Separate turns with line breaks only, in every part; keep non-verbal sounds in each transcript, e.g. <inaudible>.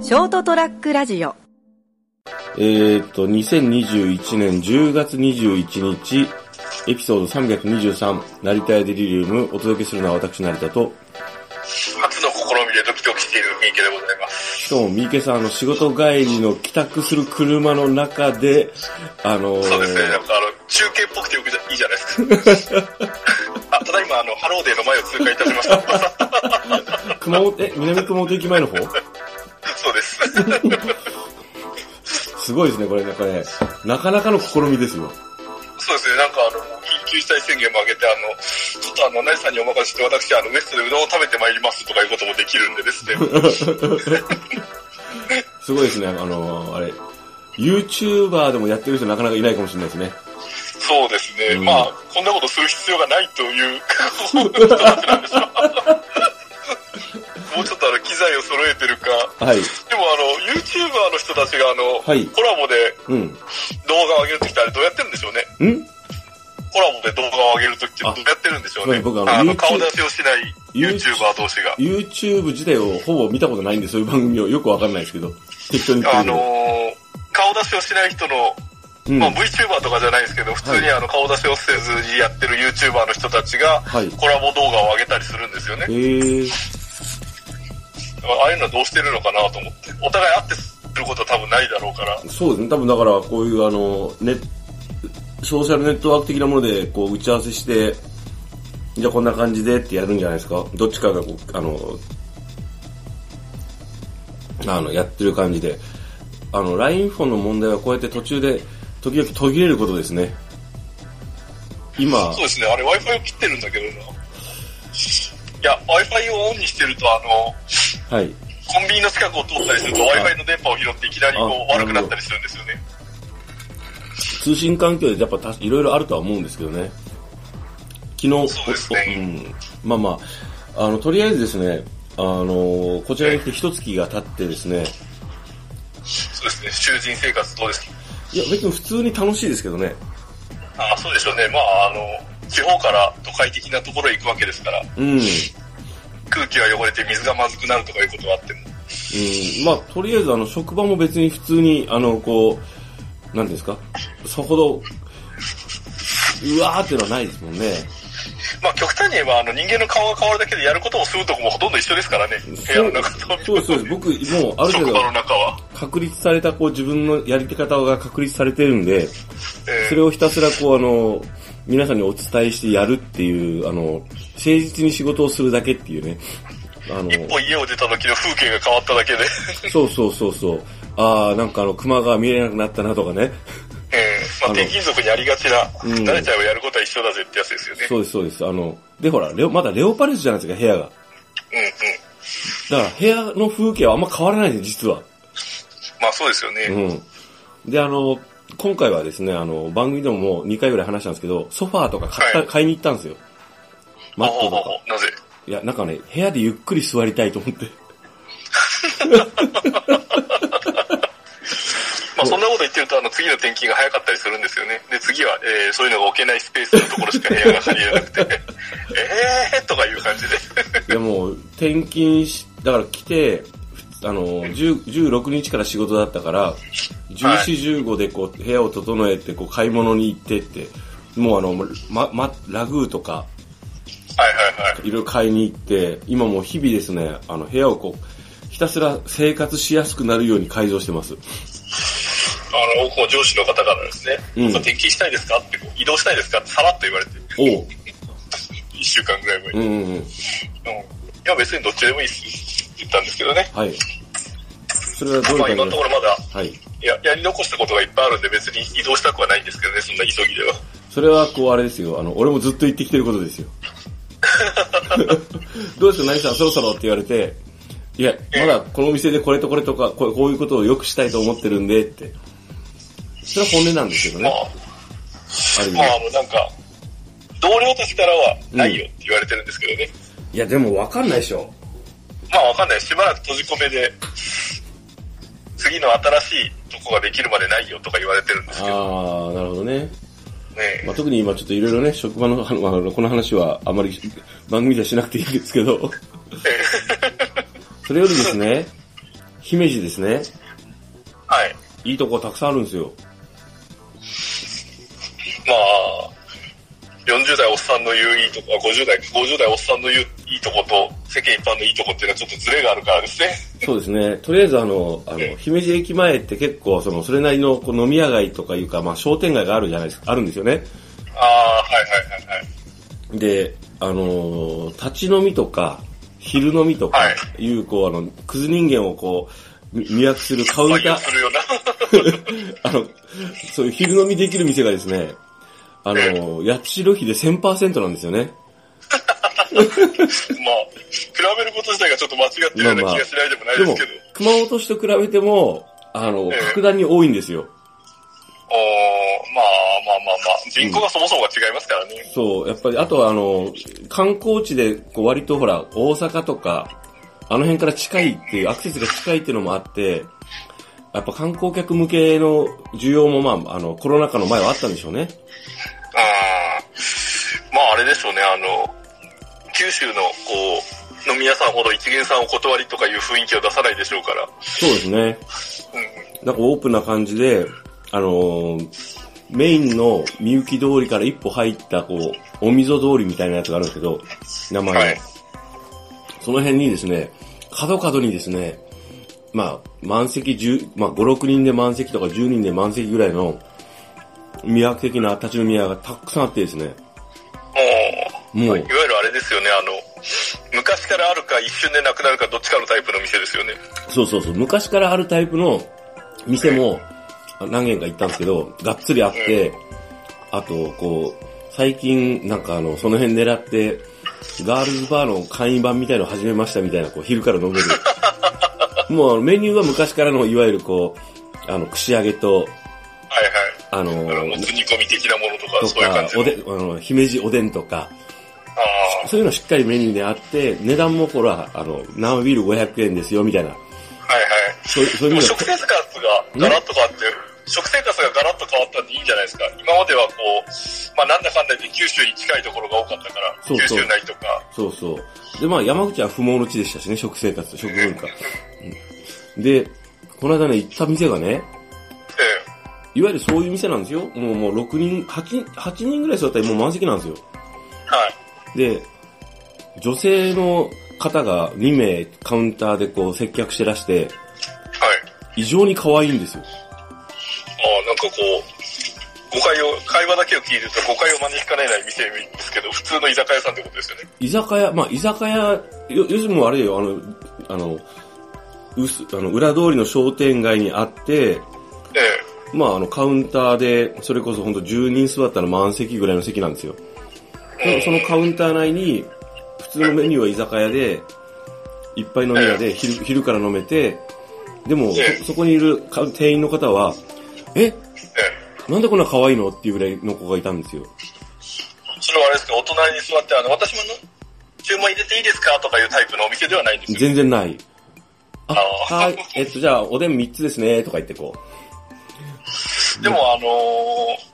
ショートトラックラジオ
えーっと、2021年10月21日、エピソード323、成田屋デリリウム、お届けするのは私、成田と、
初の試みでドキドキしている三池でございます。
しかも、三池さん、あの、仕事帰りの帰宅する車の中で、あのー
そうですね、なんかあの、中継っぽくてよくじゃいいじゃないで
<laughs>
すか。あただいま、あの、ハローデーの前を通過いたしました。 <laughs>
熊本、え、南熊本駅前の方
そうです。
すごいですね、これ、なんかね、なかなかの試みですよ。
そうですね、なんかあの、緊急事態宣言も上げて、あの、ちょっとあの、ナイさんにお任せして、私、あの、ウエストでうどんを食べてまいりますとかいうこともできるん
<laughs>
でですね。
すごいですね、あのーあれ、YouTuber でもやってる人なかなかいないかもしれないですね。
そうですね、
うん
まあ、こんなことする必要がないという、 <laughs> 人たちなんでしょうもうちょっとあの、機材を揃えてるか、
はい。
でもあの、YouTuber の人たちがあの、
はい
コラボで
うん。
動画を上げるときってあれどうやってるんでしょうね。
ん
コラボで動画を上げるときってど
あ
うやってるんでしょう
すいま
ね。
せん僕あの
あの
YouTube
顔出しをしない
YouTube
YouTuber 同士が。
YouTube 自体をほぼ見たことないんで、そういう番組をよくわかんないですけど、適当に言って
あ
るけ
の
ど
ー、顔出しをしない人の、
うん
まあ、VTuber とかじゃないですけど、普通にあの顔出しをせずにやってる YouTuber の人たちが
はい
コラボ動画を上げたりするんですよね。
ええ
ああいうのはどうしてるのかなと思って。お互い会ってすることは多分ないだろうから。
そうですね。多分だから、こういうあの、ネソーシャルネットワーク的なもので、こう、打ち合わせして、じゃあこんな感じでってやるんじゃないですかどっちかがこう、あの、あの、やってる感じで。あの、LINE フォンの問題はこうやって途中で、時々途切れることですね。今
そう、ですね、あれ Wi-Fi を切ってるんだけどな。いや、Wi-Fi をオンにしてると、あの、
はい。
コンビニの近くを通ったりすると
あ
Wi-Fi の電波を拾っていきなりこう
あ
悪くなったりするんですよね。
通信環境でやっぱたいろいろあるとは思うんですけどね。昨日、
そうですね
うん、まあまあ、あの、とりあえずですね、あの、こちらに来て一月が経ってですね、
そうですね、囚人生活どうですか
いや、別に普通に楽しいですけどね。
あそうでしょうね、まああの、地方から都会的なところへ行くわけですから、
うん。うん、
空気が汚れて水がまずくなるとかいうことはあっても、
まあ、とりあえず、あの、職場も別に普通に、あの、こう、なんていうんですか、そほど、うわーっていうのはないですもんね。
まあ極端に言えばあの人間の顔が変わるだけでやることも住むとこもほとんど一緒ですからね、部屋の中と
そうです、そうです。僕、もう、ある程
職
度
場、の中は。
確立された、こう、自分のやり方が確立されてるんで、
え
それをひたすらこうあの、皆さんにお伝えしてやるっていう、あの、誠実に仕事をするだけっていうね。あの、
ー一歩家を出た時の風景が変わっただけで、 <laughs>
そうそうそうそう。ああ、なんかあの、熊が見えなくなったなとかね。
えーま
あの
あ、転勤族にありがちな、
うん
慣れちゃえばやることは一緒だぜってやつですよね。
そうです、そうです。あの、で、ほら、レオ、まだレオパレスじゃないですか、部屋が。
うんうん。
だから、部屋の風景はあんま変わらないんです、実は。
まあそうですよね。
うん。で、あの、今回はですね、あの、番組でももう2回ぐらい話したんですけど、ソファーとか買った、
はい
買いに行ったんですよ。マットと
ほうほう
か
ほ。うなぜ
いや、なんかね、部屋でゆっくり座りたいと思って。
まあそんなこと言ってると、あの、次の転勤が早かったりするんですよね。で、次は、えー、そういうのが置けないスペースのところしか部屋が借りれなくて、えーとかいう感じで。
いやもう、転勤し、だから来て、あの、10 16日から仕事だったから、14、15でこう、部屋を整えて、こう、買い物に行ってって、もうあの、ま、ま、ラグーとか、
はいはいはい。
いろいろ買いに行って、今もう日々ですね、あの、部屋をこう、ひたすら生活しやすくなるように改造してます。
あの、こう上司の方からですね、
うん
まあ転勤したいですかってこう、移動したいですかってさらっと言われて、
おう。
1週間ぐらい前
う
に。
ん
うん、い
うんうん。
や、別にどっちでもいいっすって言ったんですけどね。
はい。それはどう
まあ
いう感
今の
じ
ところまだ、
はい。
いや、やり残したことがいっぱいあるんで別に移動したくはないんですけどね、そんな急ぎでは。
それはこうあれですよ、あの、俺もずっと言ってきてることですよ。 <laughs> どうですか、何さんそろそろって言われて、いや、まだこのお店でこれとこれとか、こうこういうことをよくしたいと思ってるんでって。それは本音なんですけど
ま
ね、
あ、
ある意味
まあ、あの、なんか、同僚たちからは、ないよって言われてるんですけどね。
いや、でもわかんないでしょ。
まあ、わかんない。しばらく閉じ込めで、次の新しいとこができるまでないよとか言われてるんですけどね
あー、なるほどね。。
え
まあ、特に今ちょっといろいろね、職場の、 <laughs> あのあのこの話はあまり <laughs>
<laughs>
番組ではしなくていいんですけど、
え
それよりですね、姫路ですね。
はい。
いいとこたくさんあるんですよ。
まあ、40代おっさんの言ういいとこ、あ50代、50代おっさんの言ういいとこと、世間一般のいいとこっていうのはちょっとズレがあるからですね。
そうですね。とりあえずあの、あの、姫路駅前って結構、その、それなりのこう飲み屋街とかいうか、まあ商店街があるじゃないですか、あるんですよね。
ああ、はいはいはいはい。
で、あのー立ち飲みとか、昼飲みとか
はい
いう、こう、あの、クズ人間をこう、み魅惑するカウン
作
タ
業
ー
す、るような。
<laughs>
<laughs>
あの、そういう昼飲みできる店がですね、あの、八代比で1000%なんですよね。
まあ、比べること自体がちょっと間違ってるような気がしないでもない
で
で
も
すけど。、
熊本市と比べても、あの
え、え
格段に多いんですよ。
おーまあまあまあまあ、人口がそもそもが違いますからね。
そう、やっぱり、あとはあの、観光地で、こう割とほら、大阪とか、あの辺から近いっていう、アクセスが近いっていうのもあって、やっぱ観光客向けの需要もまあ、あの、コロナ禍の前はあったんでしょうね。
うん。まああれでしょうね、あの、九州のこう、飲み屋さんほど一元さんお断りとかいう雰囲気を出さないでしょうから。
そうですね。
うん。
なんかオープンな感じで、あのーメインのみゆき通りから一歩入った、こう、お溝通りみたいなやつがあるんですけど、名前が、
はい
その辺にですね、角角にですね、まあ、満席10、まあ、5、6人で満席とか10人で満席ぐらいの、魅惑的な立ち飲み屋がたくさんあってですね、もう
もう、い、わゆるあれですよね、あの、昔からあるか一瞬でなくなるかどっちかのタイプの店ですよね。
そうそうそう、昔からあるタイプの店も何軒か行ったんですけど、がっつりあって、あと、こう、最近なんかあの、その辺狙って、ガールズバーの会員版みたいの始めましたみたいな、こう、昼から飲
<laughs>
める。もうあのメニューは昔からの、いわゆるこう、あの、串揚げと、
はい
あの
はい。あの、も、つ煮込み的なものとか、
と
そういう感
か
じ、の
おで、あの、姫路おでんとか、
ああ
そういうのしっかりメニューであって、値段もこれは、あの、生ビール500円ですよ、みたいな。
はいはい。
そういう、そう
で
いう意味
も
では
食生活がガラッと変わって、食生活がガラッと変わったんでいいんじゃないですか。今まではこう、まあなんだかんだで九州に近いところが多かったから、
そうそう
九州内とか。
そうそう。で、まあ山口は不毛の地でしたしね、食生活と食文化。うんで、この間ね、行った店がね、
え
いわゆるそういう店なんですよ。もうもう6人、8, 8人ぐらい座ったらもう満席なんですよ。
えはい。
で、女性の方が2名カウンターでこう接客してらして、
はい。
異常に可愛いんですよ。
まあなんかこう、誤解を、会話だけを聞いてると誤解を招きかねない店ですけど、普通の居酒屋さんってことですよね。
居酒屋、まあ居酒屋、よ、要するにもうあれよ、あの、あの、うす、あの、裏通りの商店街にあって、
ええ
まあ、あの、カウンターで、それこそ本当10人座ったら満席ぐらいの席なんですよ。でそのカウンター内に、普通のメニューは居酒屋で、いっぱい飲み屋で、昼昼から飲めて、でも、そそこにいるか店員の方は、え、
ええ
なんでこんな可愛いのっていうぐらいの子がいたんですよ。
それはあれですけど、お隣に座って、あの、私もの注文入れていいですかとかいうタイプのお店ではないんですよ。
全然ない。あ、
あー
はい、えっと、じゃあ、おでん3つですね、とか言ってこ
でもあのー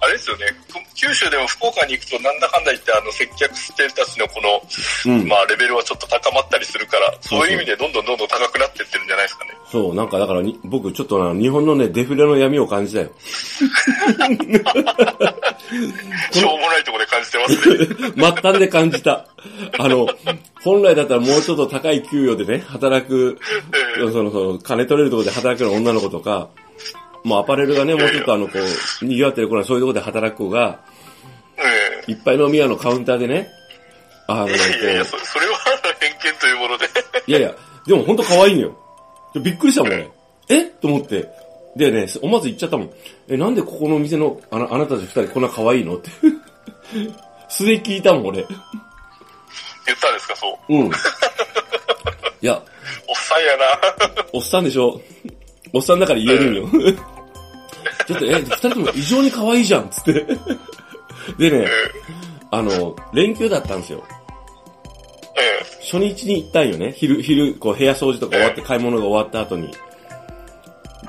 あれですよね、く九州でも福岡に行くとなんだかんだ言ってあの接客してる人たちのこの、
う。うん。
まあレベルはちょっと高まったりするから、
そうそう
そういう意味でどんどんどんどん高くなってってるんじゃないですかね。
そう、なんかだからに、僕ちょっとな、日本のね、デフレの闇を感じたよ。
しょうもないところで感じ
<laughs>
てますね。
末端で感じた。あの、本来だったらもうちょっと高い給与でね、働く、
え
その、その、金取れるところで働くような女の子とか、もうアパレルがね、もうちょっとあの、こう、賑わってる頃はそういうところで働く子が、
え
いっぱい飲み屋のカウンターでね、あの、こ
ええいやいや、
う
そそれは偏見というもので。
いやいや、でもほんと可愛いのよ。でびっくりしたもんね。えと思って。でね、思わず言っちゃったもん。え、なんでここのお店の、あなあなたたち二人こんな可愛いのって。 <laughs> 素で聞いたもん、俺。
言ったんですか、そう。
うん。いや、
おっさんやな。
おっさんでしょ <laughs> おっさんだから言えるんよ。 <laughs> ちょっと、え、二人とも異常に可愛いじゃんっつって。でね
え、
あの、連休だったんですよ。
ええ
初日に行ったんよね。昼、昼、こう部屋掃除とか終わって、買い物が終わった後に。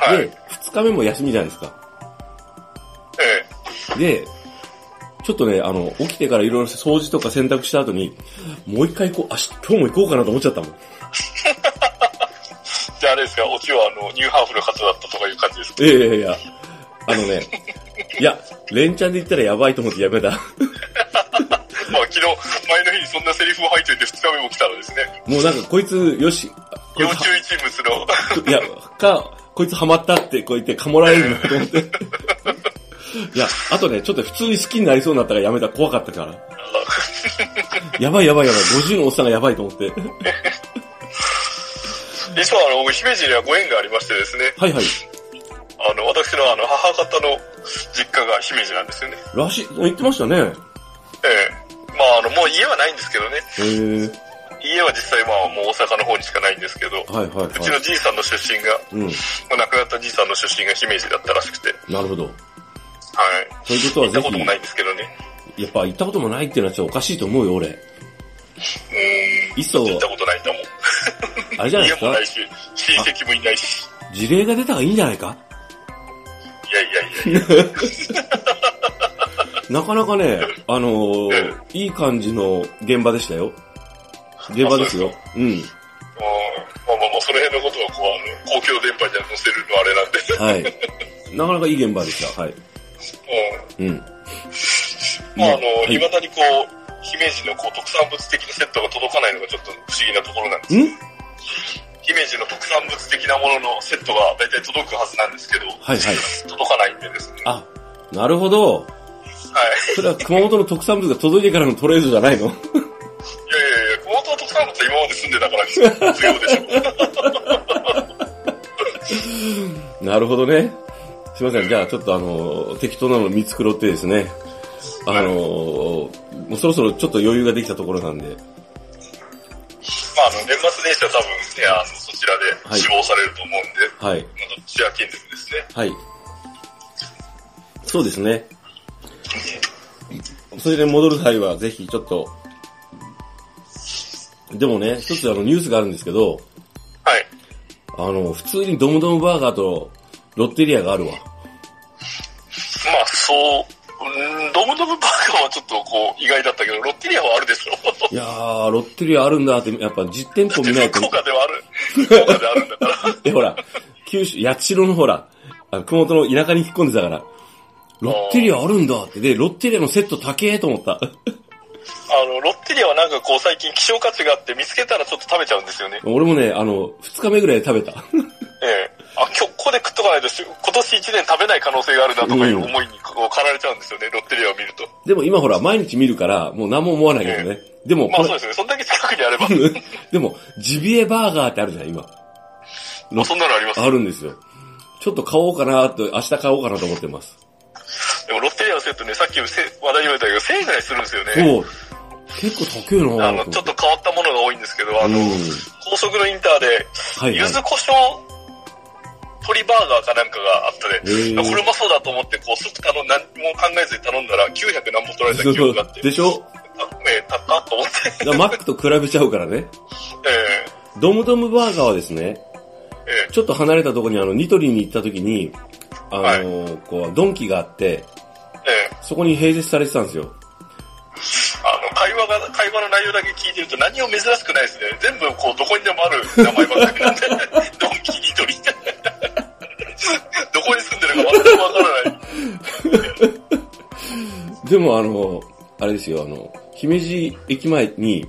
えはい。
で、二日目も休みじゃないですか。
ええ
で、ちょっとね、あの、起きてからいろいろ掃除とか洗濯した後に、もう一回行こう、あし、今日も行こうかなと思っちゃったもん。
じゃああれれですか、オチはあの、ニューハーフの方だったとかいう感じですか
いやいやいや、あのね、いや、連チャンで言ったらやばいと思ってやめた。
まあ、昨日、前の日にそんなセリフを吐いといて2日目も来たらですね、
もうなんかこいつ、よし、 <laughs> こい
要
つ
注意人物の、
いや、か、こいつハマったって、こう言ってかもらえるなと思
<laughs>
って。いや、あとね、ちょっと普通に好きになりそうになったからやめた。怖かったから。やばいやばいやばい。50のおっさんがやばいと思って。
実はあの、僕姫路にはご縁がありましてですね、
はいはい。
あの、私のあの、母方の実家が姫路なんですよね。
らしい、言ってましたね。へ
ええまあ、あの、もう家はないんですけどね、
えー、
家は実際まあ、もう大阪の方にしかないんですけど、
はいはいう
ちの
は
じいさんの出身が、
い。うん。
まあ、亡くなったじいさんの出身が姫路だったらしくて、
なるほど。
はい。
そういうことは
行った
ぜ
ことも
ひ
ないんですけどね。
やっぱ行ったこともないっていうのはちょっとおかしいと思うよ、俺。
うーん。
いっそ
行ったことないんだもん。
あれじゃない
家
です
も
か
ないし、親戚もいないし。
事例が出た方がいいんじゃないか
いやいやいやいや。
なかなかね、あのーいい感じの現場でしたよ。現場ですよ。うん。
まあまあまあ、その辺のことはこう、あの、公共電波には載せるのはあれなんで。
はい。なかなかいい現場でした。はい。
う
うん。
ん。まああの、
はい
未だにこう、姫路のこう特産物的なセットが届かないのがちょっと不思議なところなんです。
ん
姫路の特産物的なもののセットが大体届くはずなんですけど、
はいはい
届かないんでですね。
あ、なるほど。
はい。
それは熊本の特産物が届いてからのトレードじゃないの <laughs>
いやいやいや、熊本特産物は今まで住んでたから必要でし
<laughs>
ょ。
なるほどね。すいません。じゃあちょっとあの、適当なの見繕ってですね。あのー、もうそろそろちょっと余裕ができたところなんで。
まあ、あの、年末年始は多分、ね、あの、そちら
は
で
い
死亡されると思うんで、
はい。
まあ、シェア金属ですね。
はい。そうですね。それで戻る際はぜひちょっと、でもね、一つあのニュースがあるんですけど、
はい。
あの、普通にドムドムバーガーとロッテリアがあるわ。
まあ、そう、うんドムドムバーガーはちょっとこう、意外だったけど、ロッテリアはあるでしょ。
いやー、ロッテリアあるんだって、やっぱ実店舗見ないと
<laughs> 福。岡ではある。福岡であるんだから。
で、ほら、九州、八代のほら、あの熊本の田舎に引っ込んでたから、ロッテリアあるんだって、で、ロッテリアのセット高えと思った。
あの、ロッテリアはなんかこう、最近希少価値があって、見つけたらちょっと食べちゃうんですよね。
俺もね、あの、二日目ぐらいで食べた。
ええ。あ、今日ここで食っとかないと、し今年1年食べない可能性があるなとかいう思いにこう、駆られちゃうんですよね、ロッテリアを見ると。
でも今ほら、毎日見るから、もう何も思わないけどね。でも、
まあ
こ
そ
れ
うですね、そんだけ近くにあれば。
<laughs> でも、ジビエバーガーってあるじゃん、今。
まあそんなのあります。
あるんですよ。ちょっと買おうかなと、明日買おうかなと思ってます。
でもロッテリアのセットね、さっきもせ話題に言われたけど、1000円ぐらいするんですよね。
そう。結構高えな
あの、ちょっと変わったものが多いんですけど、あ
うん
の、。高速のインターで、
はい
柚
はい。
子胡椒鶏バーガーかなんかがあったで、
へー
これうまそうだと思って、こう、すぐ頼ん、何も考えずに頼んだら、900何本取られた記憶があって、
でしょ
あえー、高っと思って、
だからマックと比べちゃうからね。
え
ドムドムバーガーはですね、
ー、え
ちょっと離れたところにあの、ニトリに行った時に、あのこう、ドンキがあって、
ー、えー、
そこに併設されてたんですよ。
あの、会話が、会話の内容だけ聞いてると何も珍しくないですね。全部、こう、どこにでもある名前ばっかりなんで、 <laughs> ドンキ、ニトリ。どこに住んでるか全くわからない。
でもあの、あれですよ、あの、姫路駅前に、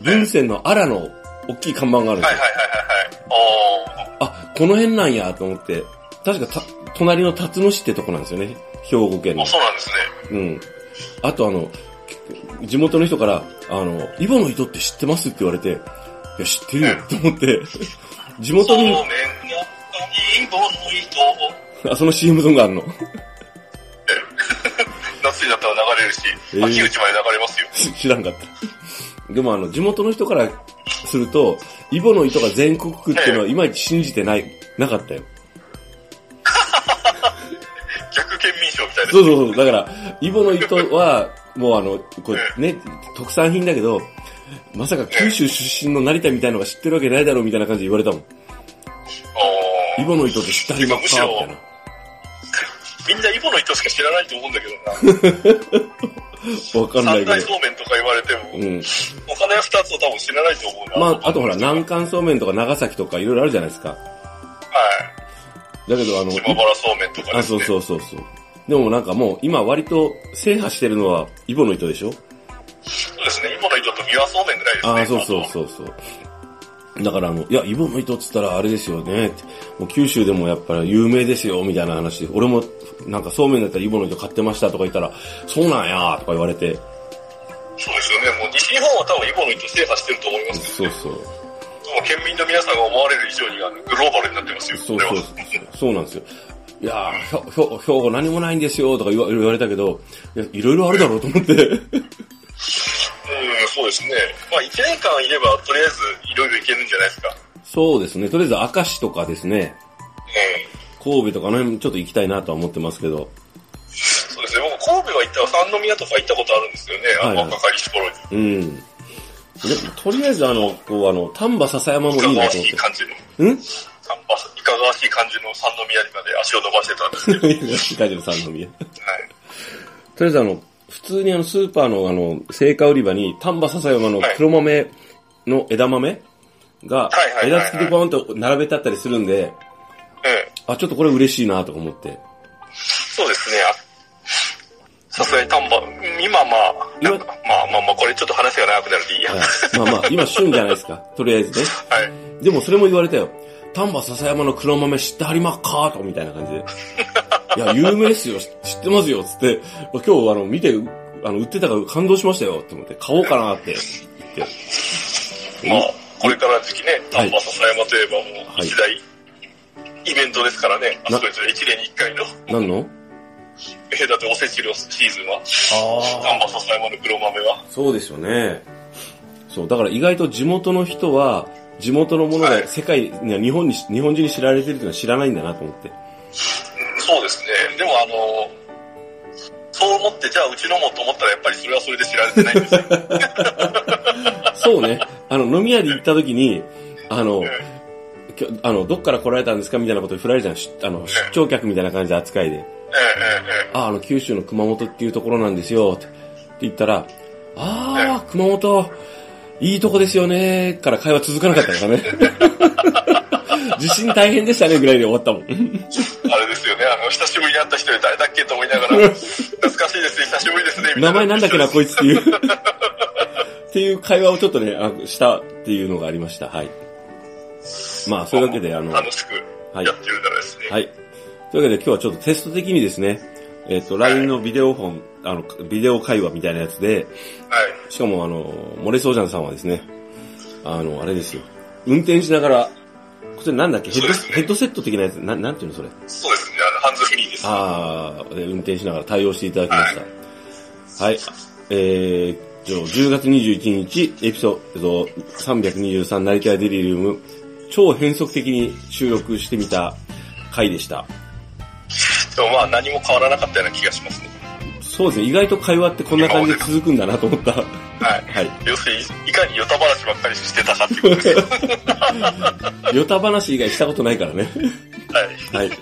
文泉のアラの大きい看板があるんで
は
す
い
よ。
はいはいはいはい。
あ、この辺なんやと思って、確かた、隣の辰野市ってとこなんですよね。兵庫県
あー
の
あ、。そうなんですね。
うん。あとあの、地元の人から、あの、イボの糸って知ってますって言われて、いや、知ってるよと思って、地元に、
そうめんやっぱりボンの糸。
あ、その CM ソングあるの。
夏になったら流れるし、
えー
秋口まで流れますよ。
<laughs> 知らんかった。でもあの、地元の人からすると、イボの糸が全国区っていうのは、いまいち信じてない、なかったよ。
逆県民賞みたいな。
そうそうそう。だから、イボの糸は、もうあの、これね、特産品だけど、まさか九州出身の成田みたいのが知ってるわけないだろうみたいな感じで言われたもん。
あ
イ
ー
ボの糸って知ったりばっかみたいな。
みんなイボの糸しか知らないと思うんだけどな。
わかんないけ
三
ど
大。そうめんとか言われても、
うん。
お金は二つを多分知らないと思うな。
まあ、あとほら、南関そうめんとか長崎とかいろいろあるじゃないですか。
はい。
だけど、あの、
島原そうめんとか
あ、
です
そう
ね。
そうそうそう。でもなんかもう、今割と制覇してるのは、イボの糸でしょ
そうですね。今の人と三輪そうめんぐらいですね。
ああ、そうそうそうそう。だからあの、いや、イボの糸っつったらあれですよねって。もう九州でもやっぱり有名ですよ、みたいな話で。俺も、なんかそうめんだったらイボの糸買ってましたとか言ったら、そうなんやーとか言われて。
そうですよね。もう西日本は多分イボの糸制覇してると思いますけど
そうそう。
もう県民の皆さんが思われる以上にあのグローバルになってますよ。
そう
こ
そ
れは
うそう。そうなんですよ。いやーひょ、ひょ、兵庫何もないんですよとか言わ言われたけど、いや、いろいろあるだろうと思って。
うん、そうですね。まあ1年間いればとりあえずいろいろいけるんじゃないですか。
そうですね。とりあえず明石とかですね、
うん。
神戸とかあの辺ちょっと行きたいなとは思ってますけど。
そうですね。僕神戸は行った、三宮とか行ったことあるんですよね。あ
はいは
の
い
若かりし頃に。
うん。でとりあえずあの、こうあの、丹波笹山もい
いか
い
が
な
わ
と
し
思っ
い感じの。
て。ん
三馬いかがわしい感じの三宮にまで足を伸ばしてたん
<laughs>
ですけど。
大丈夫、三宮。と
はい。
りあえずあの、普通にあの、スーパーのあの、青果売り場に、丹波笹山の黒豆の枝豆が
はいは、いはいはい
枝付きでボーンと並べてあったりするんで、
うん。
あ、ちょっとこれ嬉しいなとか思って。
そうですね。あさすがに丹波、今まあ、なんかまあまあまあ、これちょっと話が長くなるでいいや。
は
はい
まあまあ、今旬じゃないですか。とりあえずね。
い。
でもそれも言われたよ。丹波笹山の黒豆知ってはりまっかとみたいな感じ
<laughs>
で。いや、有名っすよ。知知ってますよ。つって、今日あの、見て、あの、売ってたから感動しましたよ。って思って、買おうかなって言って。
まあ、これからの時期ね、
は
丹
い
波篠山といえばも
は
う
い
一大イベントですからね、あ
な
そこですよ、一年に一回の。 <laughs>
何の
えだっておせちのシーズンは、丹
あ
波篠山の黒豆は
あ。。そうですよね。そう、だから意外と地元の人は、地元のもの
は
が
い
世界、いや日本に、日本中に知られてるっていうのは知らないんだなと思って。
そうですね。でもあの、そう思って、じゃあうちのもと思ったらやっぱりそれはそれで知られてないん
<laughs>
ですよ。
そうね。あの、飲み屋で行った時に、あの
うん、
きょあの、どっから来られたんですかみたいなことで振られるじゃん。しあの、出張客みたいな感じで扱いで。
えええええ
あ、あの、九州の熊本っていうところなんですよ。って言ったら、あー、熊本、いいとこですよね。から会話続かなかったからね。地震大変でしたねぐらいで終わったもん。
えあれですよね、あの、久しぶりに会った人に誰だっけと思いなが
<laughs>
ら、懐かしいですね、久しぶりですね、み
名
たいな。
前なんだっけな、
そう
こいつっていう。っていう会話をちょっとね、あしたっていうのがありました。はい。まあ、そういうわけで、あの、
楽しくやってるんだらですね。
はい。というわけで今日はちょっとテスト的にですね、えっ、と、LINE のビデオ本、あの、ビデオ会話みたいなやつで、
はい。
しかもあの、モレソージャンさんはですね、あの、あれですよ、運転しながら、これなんだっけヘッドヘッドセット的なやつ、なん、なんていうのそれ。
そうですね、あの、ハンズフリーです。
あーで、運転しながら対応していただきました。はい。えー、じゃあ10月21日、エピソード323なりたいデリリウム、超変則的に収録してみた回でした。
でもまあ何も変わらなかったような気がしますね。
そうですね、意外と会話ってこんな感じで続くんだなと <laughs> 思った。は
はい。要するに、いかにヨタ話ばっかりしてたかっていうことです <laughs> ね。
い。ヨタ話以外したことないからね。
はい。
はい。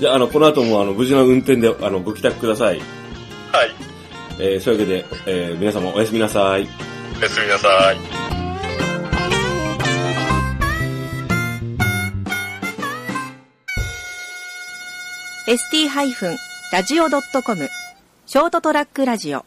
じゃあ、あの、この後も、あの、無事な運転で、あの、ご帰宅ください。
はい。
えー、そういうわけで、えー、皆様おやすみなさい。
おやすみなさい。
ST-radio.com ショートトラックラジオ